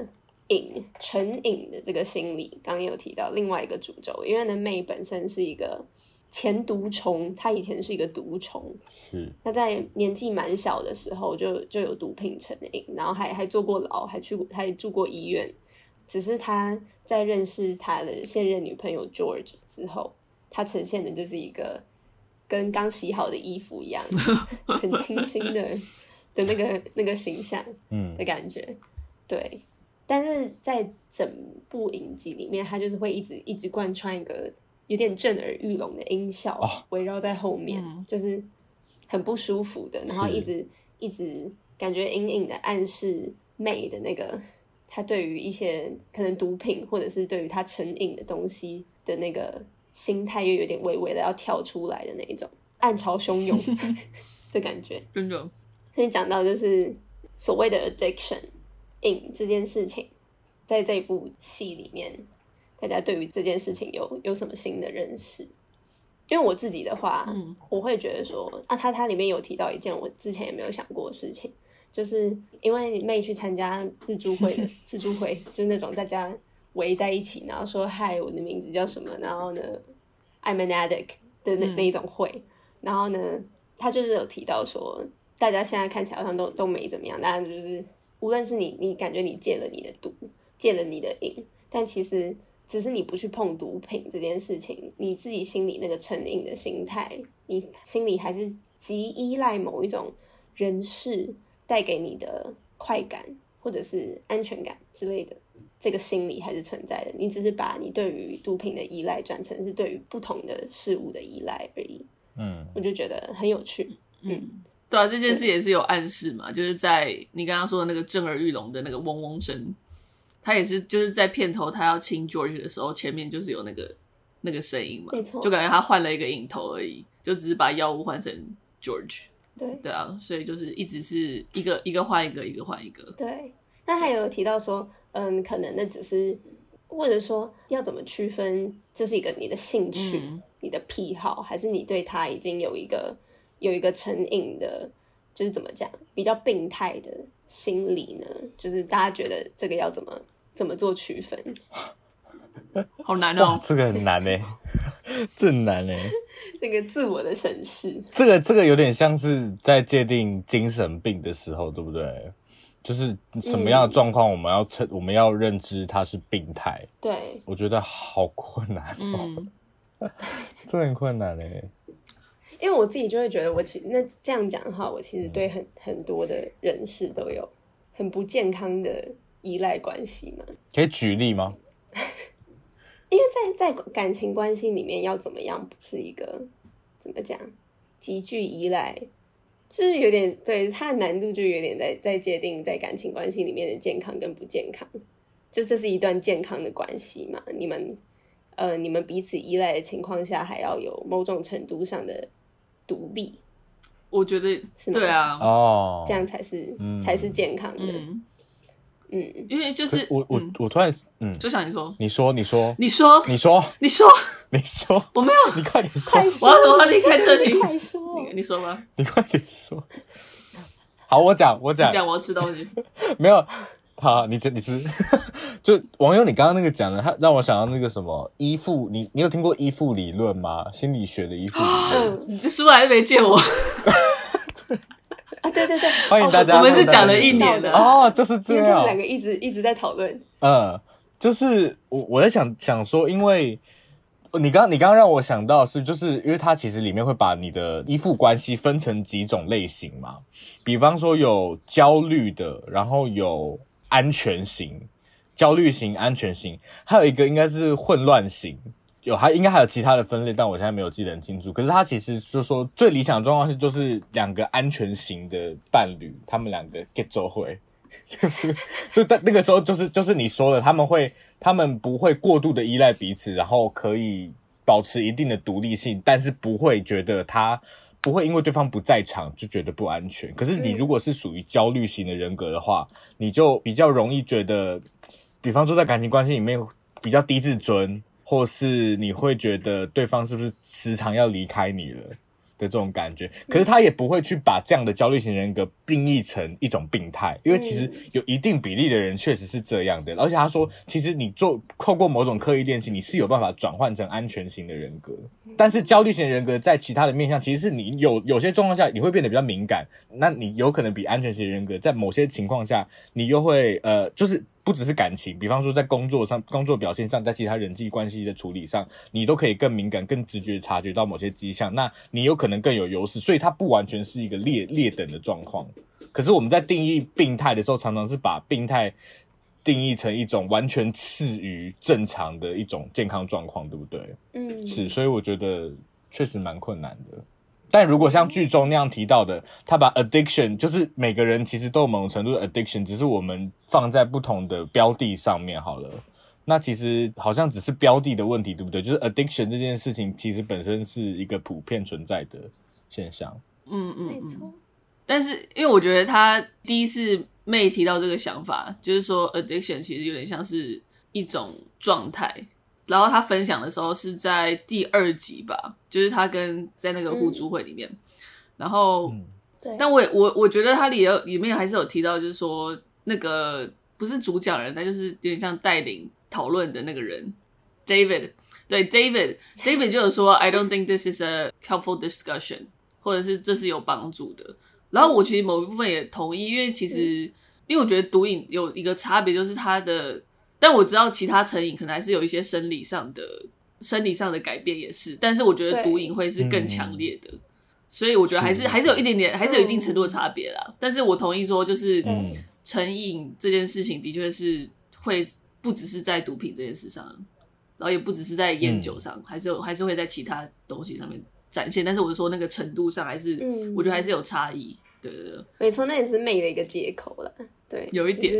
瘾成瘾的这个心理，刚刚有提到另外一个主轴，因为呢妹本身是一个前毒虫，她以前是一个毒虫，是，那在年纪蛮小的时候就就有毒品成瘾，然后还还坐过牢，还去过还住过医院。只是他在认识他的现任女朋友 George 之后，他呈现的就是一个跟刚洗好的衣服一样， [laughs] 很清新的的那个那个形象嗯的感觉。对，但是在整部影集里面，他就是会一直一直贯穿一个有点震耳欲聋的音效哦围绕在后面，嗯就是很不舒服的，然后是一直一直感觉隐隐的暗示妹的那个她对于一些可能毒品或者是对于她成瘾的东西的那个心态，又有点微微的要跳出来的那一种暗潮汹 [laughs] 涌的感觉。真的，所以讲到就是所谓的 addiction 瘾这件事情，在这一部戏里面，大家对于这件事情有有什么新的认识？因为我自己的话，嗯我会觉得说啊，它它里面有提到一件我之前也没有想过的事情，就是因为你妹去参加自助会 [laughs] 的自助会，就是那种大家围在一起，然后说嗨，我的名字叫什么，然后呢，I'm an addict 的那嗯那一种会，然后呢，他就是有提到说，大家现在看起来好像都都没怎么样，大家就是无论是你，你感觉你戒了你的毒，戒了你的瘾，但其实只是你不去碰毒品这件事情，你自己心里那个成瘾的心态，你心里还是极依赖某一种人事带给你的快感或者是安全感之类的，这个心理还是存在的。你只是把你对于毒品的依赖转成是对于不同的事物的依赖而已。嗯我就觉得很有趣。嗯，对啊，这件事也是有暗示嘛，就是在你刚刚说的那个震耳欲聋的那个嗡嗡声，他也是就是在片头他要亲 George 的时候，前面就是有那个那个声音嘛，没错就感觉他换了一个影头而已，就只是把药物换成 George，对对啊，所以就是一直是一个一个换一个，一个换一个，对。那还有提到说，嗯，可能那只是，或者说要怎么区分，这是一个你的兴趣、嗯你的癖好，还是你对它已经有一个有一个成瘾的，就是怎么讲，比较病态的心理呢？就是大家觉得这个要怎么怎么做区分？ [laughs] 好难哇哦，，这个很难呢、 [laughs] 这很难呢、这个自我的审视，这个这个有点像是在界定精神病的时候，对不对？就是什么样的状况，我们要嗯称、我们要认知它是病态，对，我觉得好困难哦，嗯，这很困难欸嘞、因为我自己就会觉得，我其那这样讲的话，我其实对很很多的人士都有很不健康的依赖关系嘛。可以举例吗？因为在在感情关系里面要怎么样，不是一个怎么讲极具依赖，就是有点对它的难度就有点在在界定在感情关系里面的健康跟不健康，就这是一段健康的关系嘛？你们呃你们彼此依赖的情况下，还要有某种程度上的独立，我觉得是吗对啊，哦，这样才是、嗯才是健康的。嗯，嗯，因为就可是我我、嗯我突然嗯，就想你说，你说你说你说，你说你说，你说，我没你快点说快， [laughs] 说，我要怎么离开这里快说，你你说吧，你快点说。好，我讲我你讲，讲我要吃东西， [laughs] 没有，好，你吃你吃。 [laughs] 就网友，你刚刚那个讲的，他让我想到那个什么依附，你你有听过依附理论吗？心理学的依附理论。嗯你这书还是没见我，啊，对对对，欢迎大家哦我们是欢迎大家讲了一年的哦，就是因这为他样们。两个一直一直在讨论，嗯，就是我我在想想说，因为你刚你刚刚让我想到的是，就是因为它其实里面会把你的依附关系分成几种类型嘛，比方说有焦虑的，然后有安全型，焦虑型、安全型，还有一个应该是混乱型。有还应该还有其他的分类，但我现在没有记得很清楚。可是它其实就说最理想的状况是，就是两个安全型的伴侣，他们两个 get 走会， [laughs] 就是就在那个时候，就是就是你说的，他们会他们不会过度的依赖彼此，然后可以保持一定的独立性，但是不会觉得他不会因为对方不在场就觉得不安全。可是你嗯如果是属于焦虑型的人格的话，你就比较容易觉得，比方说在感情关系里面比较低自尊，或是你会觉得对方是不是时常要离开你了。的这种感觉，可是他也不会去把这样的焦虑型人格定义成一种病态，因为其实有一定比例的人确实是这样的。而且他说，其实你做透过某种刻意练习，你是有办法转换成安全型的人格。但是焦虑型人格在其他的面向，其实是你有有些状况下你会变得比较敏感，那你有可能比安全型人格在某些情况下，你又会呃，就是不只是感情，比方说在工作上、工作表现上，在其他人际关系的处理上，你都可以更敏感、更直觉察觉到某些迹象，那你有可能更有优势，所以它不完全是一个劣劣等的状况。可是我们在定义病态的时候，常常是把病态定义成一种完全次于正常的一种健康状况，对不对？嗯，是，所以我觉得确实蛮困难的。但如果像剧中那样提到的，他把 addiction，就是每个人其实都有某种程度的 addiction，只是我们放在不同的标的上面好了。那其实好像只是标的的问题，对不对？就是 addiction 这件事情，其实本身是一个普遍存在的现象。嗯嗯没嗯。错，但是因为我觉得他第一次妹提到这个想法，就是说 addiction 其实有点像是一种状态。然后他分享的时候是在第二集吧，就是他跟在那个嗯互助会里面，然后嗯对，但我也我我觉得它里有里面还是有提到，就是说那个不是主讲人，但就是有点像带领讨论的那个人，David。对 David，David 就有说，I don't think this is a helpful discussion，或者是这是有帮助的。然后我其实某一部分也同意，因为其嗯实、因为我觉得毒瘾有一个差别就是它的，但我知道其他成瘾可能还是有一些生理上的生理上的改变也是，但是我觉得对毒瘾会是更嗯强烈的。所以我觉得还是是还是有一点点，还是有一定程度的差别啦。但是我同意说，就是嗯对嗯，成瘾这件事情的确是会不只是在毒品这件事上，然后也不只是在烟酒上，嗯还是有还是会在其他东西上面展现。但是我是说那个程度上，还是、嗯我觉得还是有差异。对对对，没错，那也是媚的一个借口了，对，有一点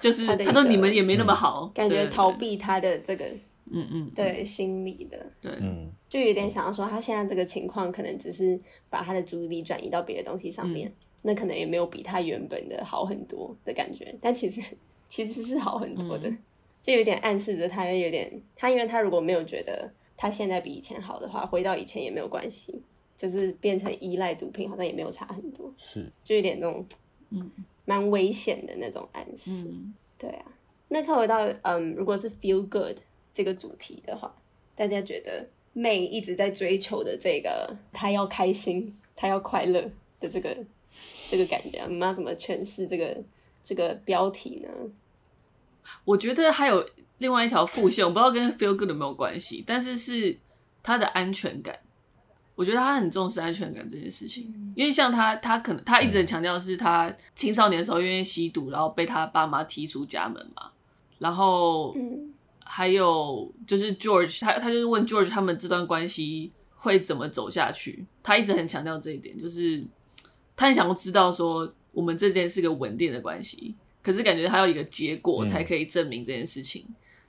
就是就是他的一他说个你们也没那么好，感对觉对对逃避他的这个嗯嗯，对心理的，对，嗯，就有点想要说，他现在这个情况可能只是把他的注意力转移到别的东西上嗯面，那可能也没有比他原本的好很多的感觉，但其实 [laughs] 其实是好很多嗯的， [laughs] 就有点暗示着他有点他，因为他如果没有觉得他现在比以前好的话，回到以前也没有关系，就是变成依赖毒品好像也没有差很多，是就有点那种嗯蛮危险的那种暗示。嗯，对啊，那看回到嗯，如果是 feel good 这个主题的话，大家觉得妹一直在追求的这个，她要开心，她要快乐的这个这个感觉，我们要怎么诠释这个这个标题呢？我觉得还有另外一条副线，我不知道跟 feel good 有没有关系，但是是他的安全感。我觉得他很重视安全感这件事情，因为像他，他可能他一直很强调是他青少年的时候因为吸毒，然后被他爸妈踢出家门嘛，然后嗯还有就是 George，他他就是问 George 他们这段关系会怎么走下去。他一直很强调这一点，就是他很想要知道说我们这件是个稳定的关系，可是感觉他要一个结果嗯才可以证明这件事情。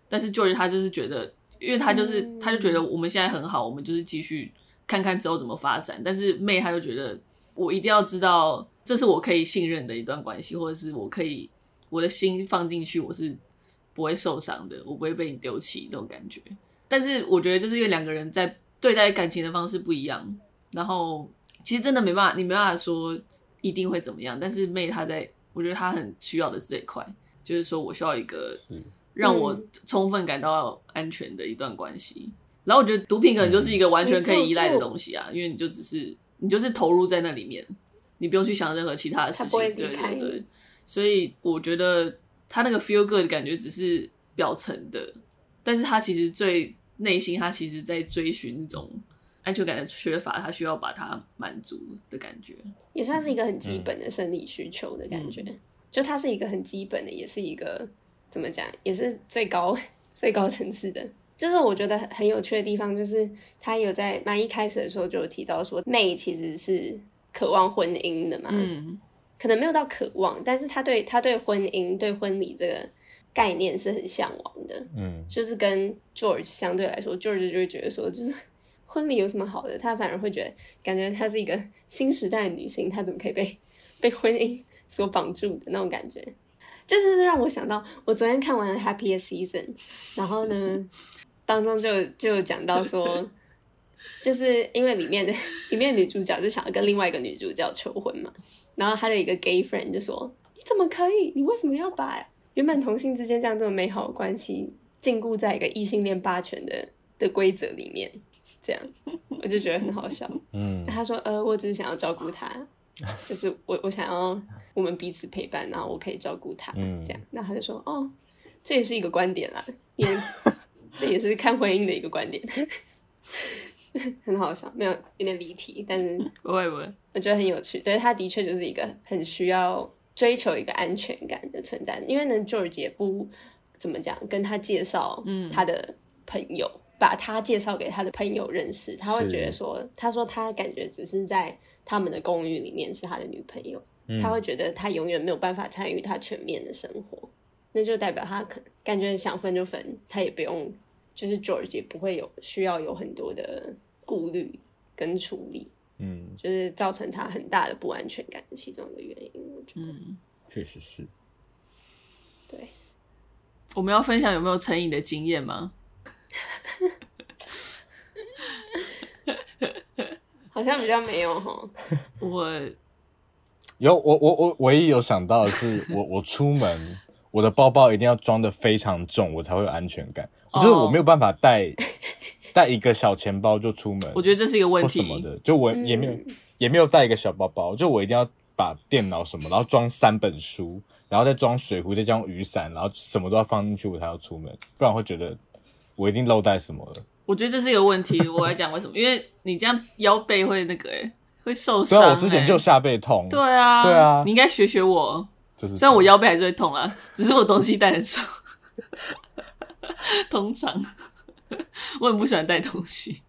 但是 George 他就是觉得，因为他就是、嗯他就觉得我们现在很好，我们就是继续看看之后怎么发展。但是妹她就觉得我一定要知道，这是我可以信任的一段关系，或者是我可以我的心放进去，我是不会受伤的，我不会被你丢弃那种感觉。但是我觉得就是因为两个人在对待感情的方式不一样，然后其实真的没办法，你没办法说一定会怎么样。但是妹她在，我觉得她很需要的是这一块，就是说我需要一个是，让我嗯充分感到安全的一段关系。然后我觉得毒品可能就是一个完全可以依赖的东西啊，因为你就只是你就是投入在那里面，你不用去想任何其他的事它不情会，对离开对你对。所以我觉得他那个 feel good 的感觉只是表层的，但是他其实最内心，他其实在追寻那种安全感的缺乏，他需要把它满足的感觉。也算是一个很基本的生理需求的感觉，就它是一个很基本的，也是一个怎么讲，也是最高 [laughs] 最高层次的。这是我觉得很很有趣的地方，就是他有在蛮一开始的时候就有提到说，妹其实是渴望婚姻的嘛，嗯可能没有到渴望，但是他对他对婚姻、对婚礼这个概念是很向往的。嗯就是跟 George 相对来说，George 就会觉得说，就是 [laughs] 婚礼有什么好的？他反而会觉得，感觉她是一个新时代的女性，她怎么可以被被婚姻所绑住的那种感觉？这就是让我想到，我昨天看完了《Happiest Season》，然后呢，当中就就有讲到说，就是因为里面的里面的女主角就想要跟另外一个女主角求婚嘛，然后她的一个 gay friend 就说：“你怎么可以？你为什么要把原本同性之间这样这么美好的关系禁锢在一个异性恋霸权的的规则里面？”这样，我就觉得很好笑。嗯，他说：“呃，我只是想要照顾他，就是我我想要我们彼此陪伴，然后我可以照顾他，嗯这样。”那他就说：“哦，这也是一个观点啦，也 [laughs] 这也是看婚姻的一个观点， [laughs] 很好笑，没有有点离题，但是不会不会，我觉得很有趣。对，他的确就是一个很需要追求一个安全感的存在，因为呢，George 也不怎么讲，跟他介绍嗯他的朋友，把他介绍给他的朋友认识，他会是觉得说，他说他感觉只是在他们的公寓里面是他的女朋友，嗯他会觉得他永远没有办法参与他全面的生活，那就代表他可感觉想分就分，他也不用，就是 George 也不会有需要有很多的顾虑跟处理。嗯，就是造成他很大的不安全感的其中一个原因。我觉得，嗯，确实是。对，我们要分享有没有成瘾的经验吗？好像比较没有 [laughs] 哈。我有我我我唯一有想到的是， [laughs] 我我出门，我的包包一定要装的非常重，我才会有安全感。我就是哦我没有办法带带一个小钱包就出门， [laughs] 我觉得这是一个问或题什。么的，就我呃也没有、嗯也没有带一个小包包，就我一定要把电脑什么，然后装三本书，然后再装水壶，再装雨伞，然后什么都要放进去，我才要出门，不然我会觉得我一定漏带什么了。我觉得这是一个问题，我来讲为什么？因为你这样腰背会那个、欸，会受虽伤、然欸。啊我之前就下背痛，对啊，对啊你应该学学我。就是虽然我腰背还是会痛啦，只是我东西带很少。通常我很不喜欢带东西。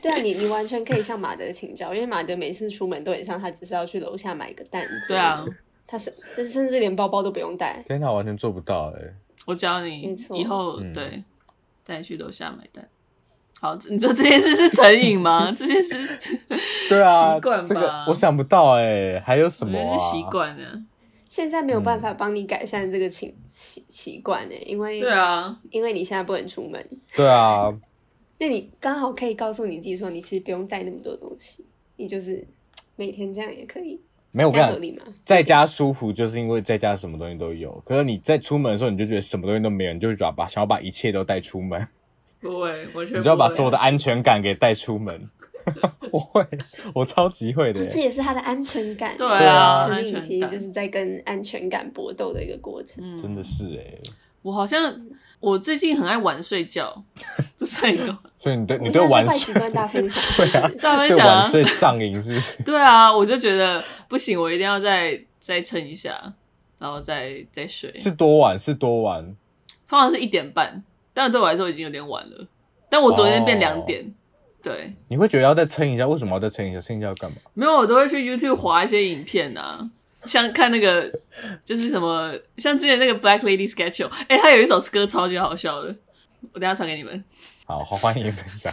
对啊，你你完全可以向马德请教，因为马德每次出门都很像他只是要去楼下买个蛋。对啊，，他甚甚甚至连包包都不用带。天哪，我完全做不到哎、欸我教你没，错以后、嗯对。带去楼下买蛋。好，你知道这件事是成瘾吗？这 [laughs] 件事对啊，习惯吧这个我想不到哎、还有什我么、觉啊？得是习惯的。现在没有嗯办法帮你改善这个情习习惯呢，因为对啊，因为你现在不能出门，对啊，那你刚好可以告诉你自己说，你其实不用带那么多东西，你就是每天这样也可以，没有我这跟样合你理讲，吗？在家舒服就是因为在家什么东西都有，可是你在出门的时候，你就觉得什么东西都没有，你就想要把想要把一切都带出门，不会，我全你不就要把会啊所有的安全感给带出 [laughs] 门。我会，我超级会的、这欸。也是他的安全感。对啊成瘾安其全实感就是在跟安全感搏斗的一个过程。嗯真的是哎、我好像我最近很爱晚睡觉， [laughs] [laughs] 这算一个吗所以你对你我对现在晚是坏习睡，惯大分享，对啊，大 [laughs] 分对享晚啊。睡上瘾是不 [laughs] 是？对啊，我就觉得不行，我一定要再再撑一下，然后再再睡。是多晚？是多晚？通常是一点半，但对我来说已经有点晚了。但我昨天变哦两点，对，你会觉得要再撑一下？为什么要再撑一下？撑一下要干嘛？没有，我都会去 YouTube 划一些影片啊，像看那个就是什么，像之前那个 Black Lady Sketch，哎、他有一首歌超级好笑的，我等一下传给你们，好，好欢迎分享，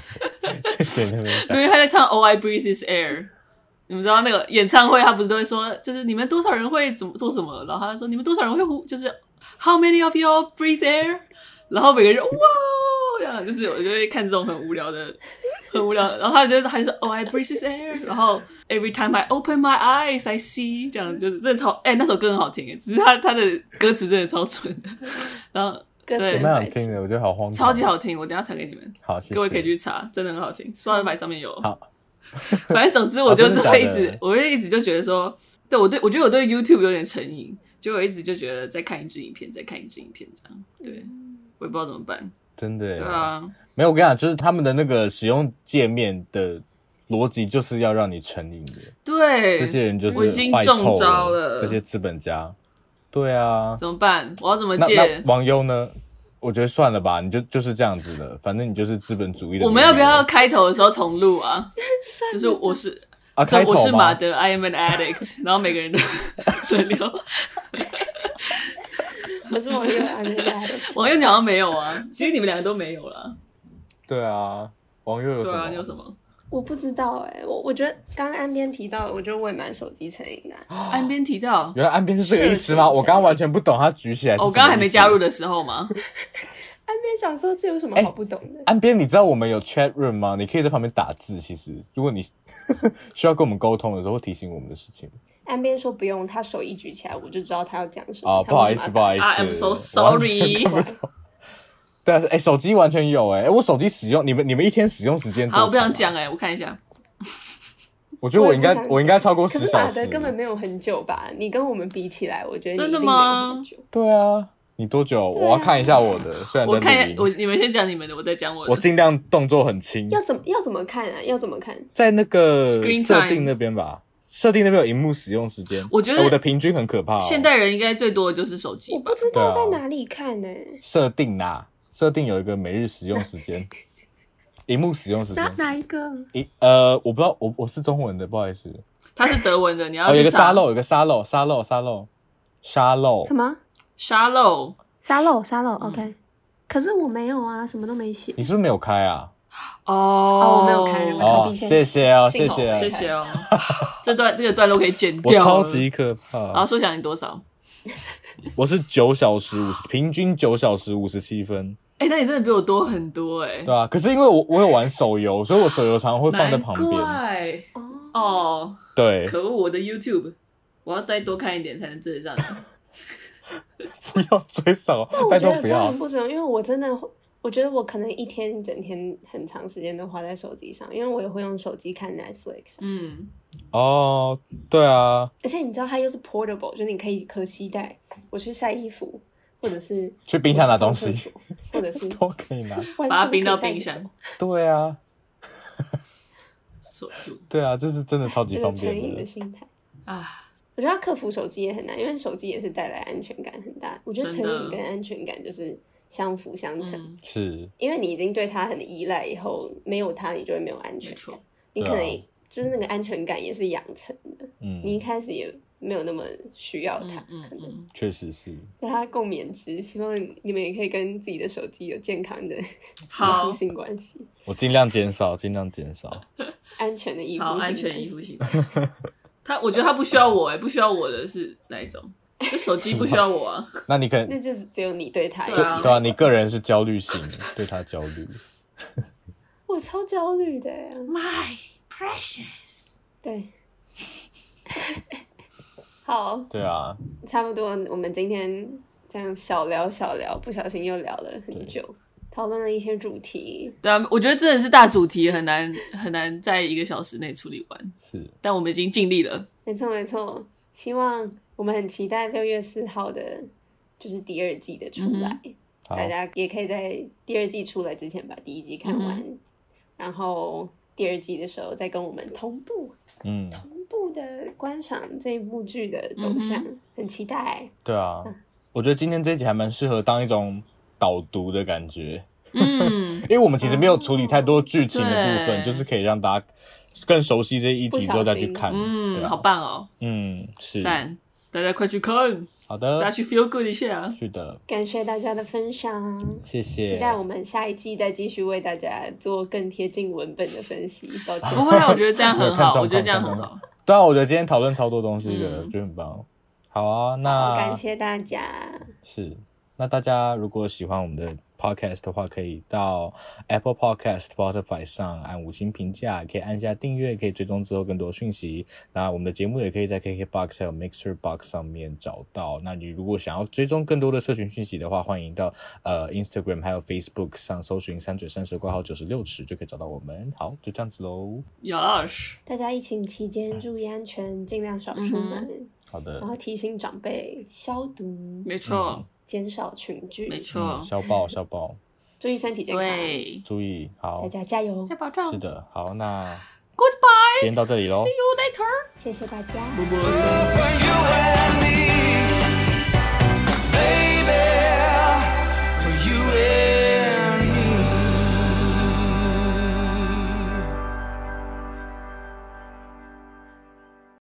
谢谢你的分享 [laughs] 因。为他在唱 Oh I Breathe Is Air。你们知道那个演唱会，他不是都会说，就是你们多少人会怎么做什么，然后他就说你们多少人会呼，就是 How many of you all breathe air？然后每个人就哇，这样就是我就会看这种很无聊的， [laughs] 很无聊的。然后他就还说 Oh I breathe is air，然后 Every time I open my eyes I see，这样就是真的超哎、那首歌很好听哎，只是他他的歌词真的超蠢的，然后歌词对我很蛮白想听痴。的，我觉得好荒唐，超级好听，我等一下传给你们。好，谢谢各位可以去查，真的很好听，Spotify 上面有。好， [laughs] 反正总之我就是会一哦真的直假的，我会一直就觉得说，对我对我觉得我对 YouTube 有点成瘾，就我一直就觉得在看一支影片，在看一支影片这样，对，我也不知道怎么办。真的耶对啊，没有，我跟你讲，就是他们的那个使用界面的逻辑，就是要让你成瘾的。对，这些人就是我已经坏中透招了，了这些资本家。对啊，怎么办？我要怎么那戒那？网友呢？我觉得算了吧，你就就是这样子的，反正你就是资本主义的奴隶。我们要不要开头的时候重录啊？就是我是，啊？就开头我是吗马德，I am an addict，然后 [laughs] 每个人都轮流。我是网友安妮拉的，网友你好像没有啊，其实你们两个都没有啦。对啊，网友有什对么？啊，你有什么？我不知道哎、我我觉得刚刚岸边提到的，我觉得我也蛮手机成瘾的啊、岸边提到，原来岸边是这个意思吗？社群我刚刚完全不懂他举起来是什么意思。哦我刚刚还没加入的时候嘛，岸边想说这有哎什么好不懂的？岸边，你知道我们有 chat room 吗？你可以在旁边打字。其实，如果你 [laughs] 需要跟我们沟通的时候，会提醒我们的事情。岸边说不用，他手一举起来，我就知道他要讲什么。哦，他不好为意什么思，要不好意思 I am 啊 so 我 sorry 完全看不懂 [laughs] 对啊，哎、手机完全有哎、哎我手机使用，你们你们一天使用时间多好，我不长啊想讲，哎、我看一下，我觉得我应我也该不想讲我应该超过可十是小马时德。根本没有很久吧？你跟我们比起来，我觉得你真的一定没有很吗久？对啊，你多久？我要看一下我 [laughs] 的，虽然我在看一录下音，我你们先讲你们的，我再讲我的。我尽量动作很轻，要怎么要怎么看啊？要怎么看？在那个 Screen 设 time 定那边吧，设定那边有荧幕使用时间。我觉得哎我的平均很可怕、哦。现代人应该最多的就是手机我吧不？知道在哪里看欸呢、设定啦，设定有一个每日使用时 [laughs] 间，荧幕使用时间。哪一个？一呃，我不知道，我我是中文的，不好意思。它是德文的，你要哦，有一去个沙查。漏，有一个沙漏，沙漏，沙漏，沙漏。什么沙漏，沙漏沙漏、o k 可是我没有啊，什么都没写你。是不是没有开啊？哦，我没有看我看哦，必先谢谢哦，谢信谢哦谢，谢哦。这段这个段落可以剪我掉。超级。可然后怕，说想你多少？我是九小时五十，平均九小时五十七分，哎、那你真的比我多很多哎、对啊，可是因为我我有玩手游，所以我手游常常会放在难旁边，怪嗯哦，哦，对，可恶，我的 YouTube，我要再多看一点才能追得上你。不要追手，我拜觉得托不这样要很，不准，因为我真的，我觉得我可能一天整天很长时间都花在手机上，因为我也会用手机看 Netflix，嗯，哦，对啊，而且你知道它又是 portable，就是你可以可携带，我去晒衣服，或者是去冰箱拿东我去西上厕所，或者 [laughs] 是都可以拿，完全把它可以冰到带着冰箱走。对啊，锁住对啊，这是真的超级这个方成便瘾的的。心态。啊，我觉得要克服手机也很难，因为手机也是带来安全感很大。我觉得成真的瘾跟安全感就是相辅相成，嗯，是，因为你已经对它很依赖，以后没有它你就会没有安没全错感。。你可能、对啊就是那个安全感也是养成的，嗯，你一开始也没有那么需要它，嗯可能嗯，确实是。大家共勉之。希望你们也可以跟自己的手机有健康的好依附性关系，我尽量减少，尽量减少。安全的依附性好，关系，安全依附性。 [laughs] 他，我觉得他不需要我、欸，哎，不需要我的是哪一种？就手机不需要我啊。那你可能那就是只有你对他有对对啊对啊，你个人是焦虑型，对他焦虑。我超焦虑的呀， [laughs] My precious，对。 [laughs] 好，对啊，差不多，我们今天这样小聊小聊，不小心又聊了很久，讨论了一些主题。 [laughs] 对啊，我觉得真的是大主题很难很难在一个小时内处理完，是但我们已经尽力了。没错没错，希望我们很期待六月四号的，就是第二季的出来，好，大家也可以在第二季出来之前把第一季看完，然后第二季的时候再跟我们同步嗯，同步的观赏这部剧的走向，很期待。对啊，我觉得今天这一集还蛮适合当一种导读的感觉， [laughs] 嗯，因为我们其实没有处理太多剧情的部分，对就是可以让大家更熟悉这一集之后再去看。对嗯，啊好，棒哦，嗯，是，赞！大家快去看，好大家的，去 feel good 一下。啊是的，感谢大家的分享。谢谢。期待我们下一季再继续为大家做更贴近文本的分 [laughs] 析。抱歉，不会啊，我觉得这样我有很好，看状况我觉得这样很好。对啊，我觉得今天讨论超多东西的，嗯觉得很棒。好啊，好那感谢大家，是，那大家如果喜欢我们的 podcast 的话，可以到 Apple Podcast、Spotify 上按五星评价，可以按下订阅，可以追踪之后更多讯息。那我们的节目也可以在 KKBox 还有 Mixer Box 上面找到。那你如果想要追踪更多的社群讯息的话，欢迎到呃 Instagram 还有 Facebook 上搜寻“三嘴三舌挂号九十六尺”就可以找到我们。好，就这样子喽。 Yes，大家疫情期间注意安全，尽量少出嗯门，好的然，后提醒长辈消毒，没错，减少群聚，没错嗯，，小宝，小宝，注意身体健康。对。注意，好大，家加油！保障是的，好，那 Goodbye. 今天到这里喽 See。you later. 谢谢大家。 Bye bye. for you.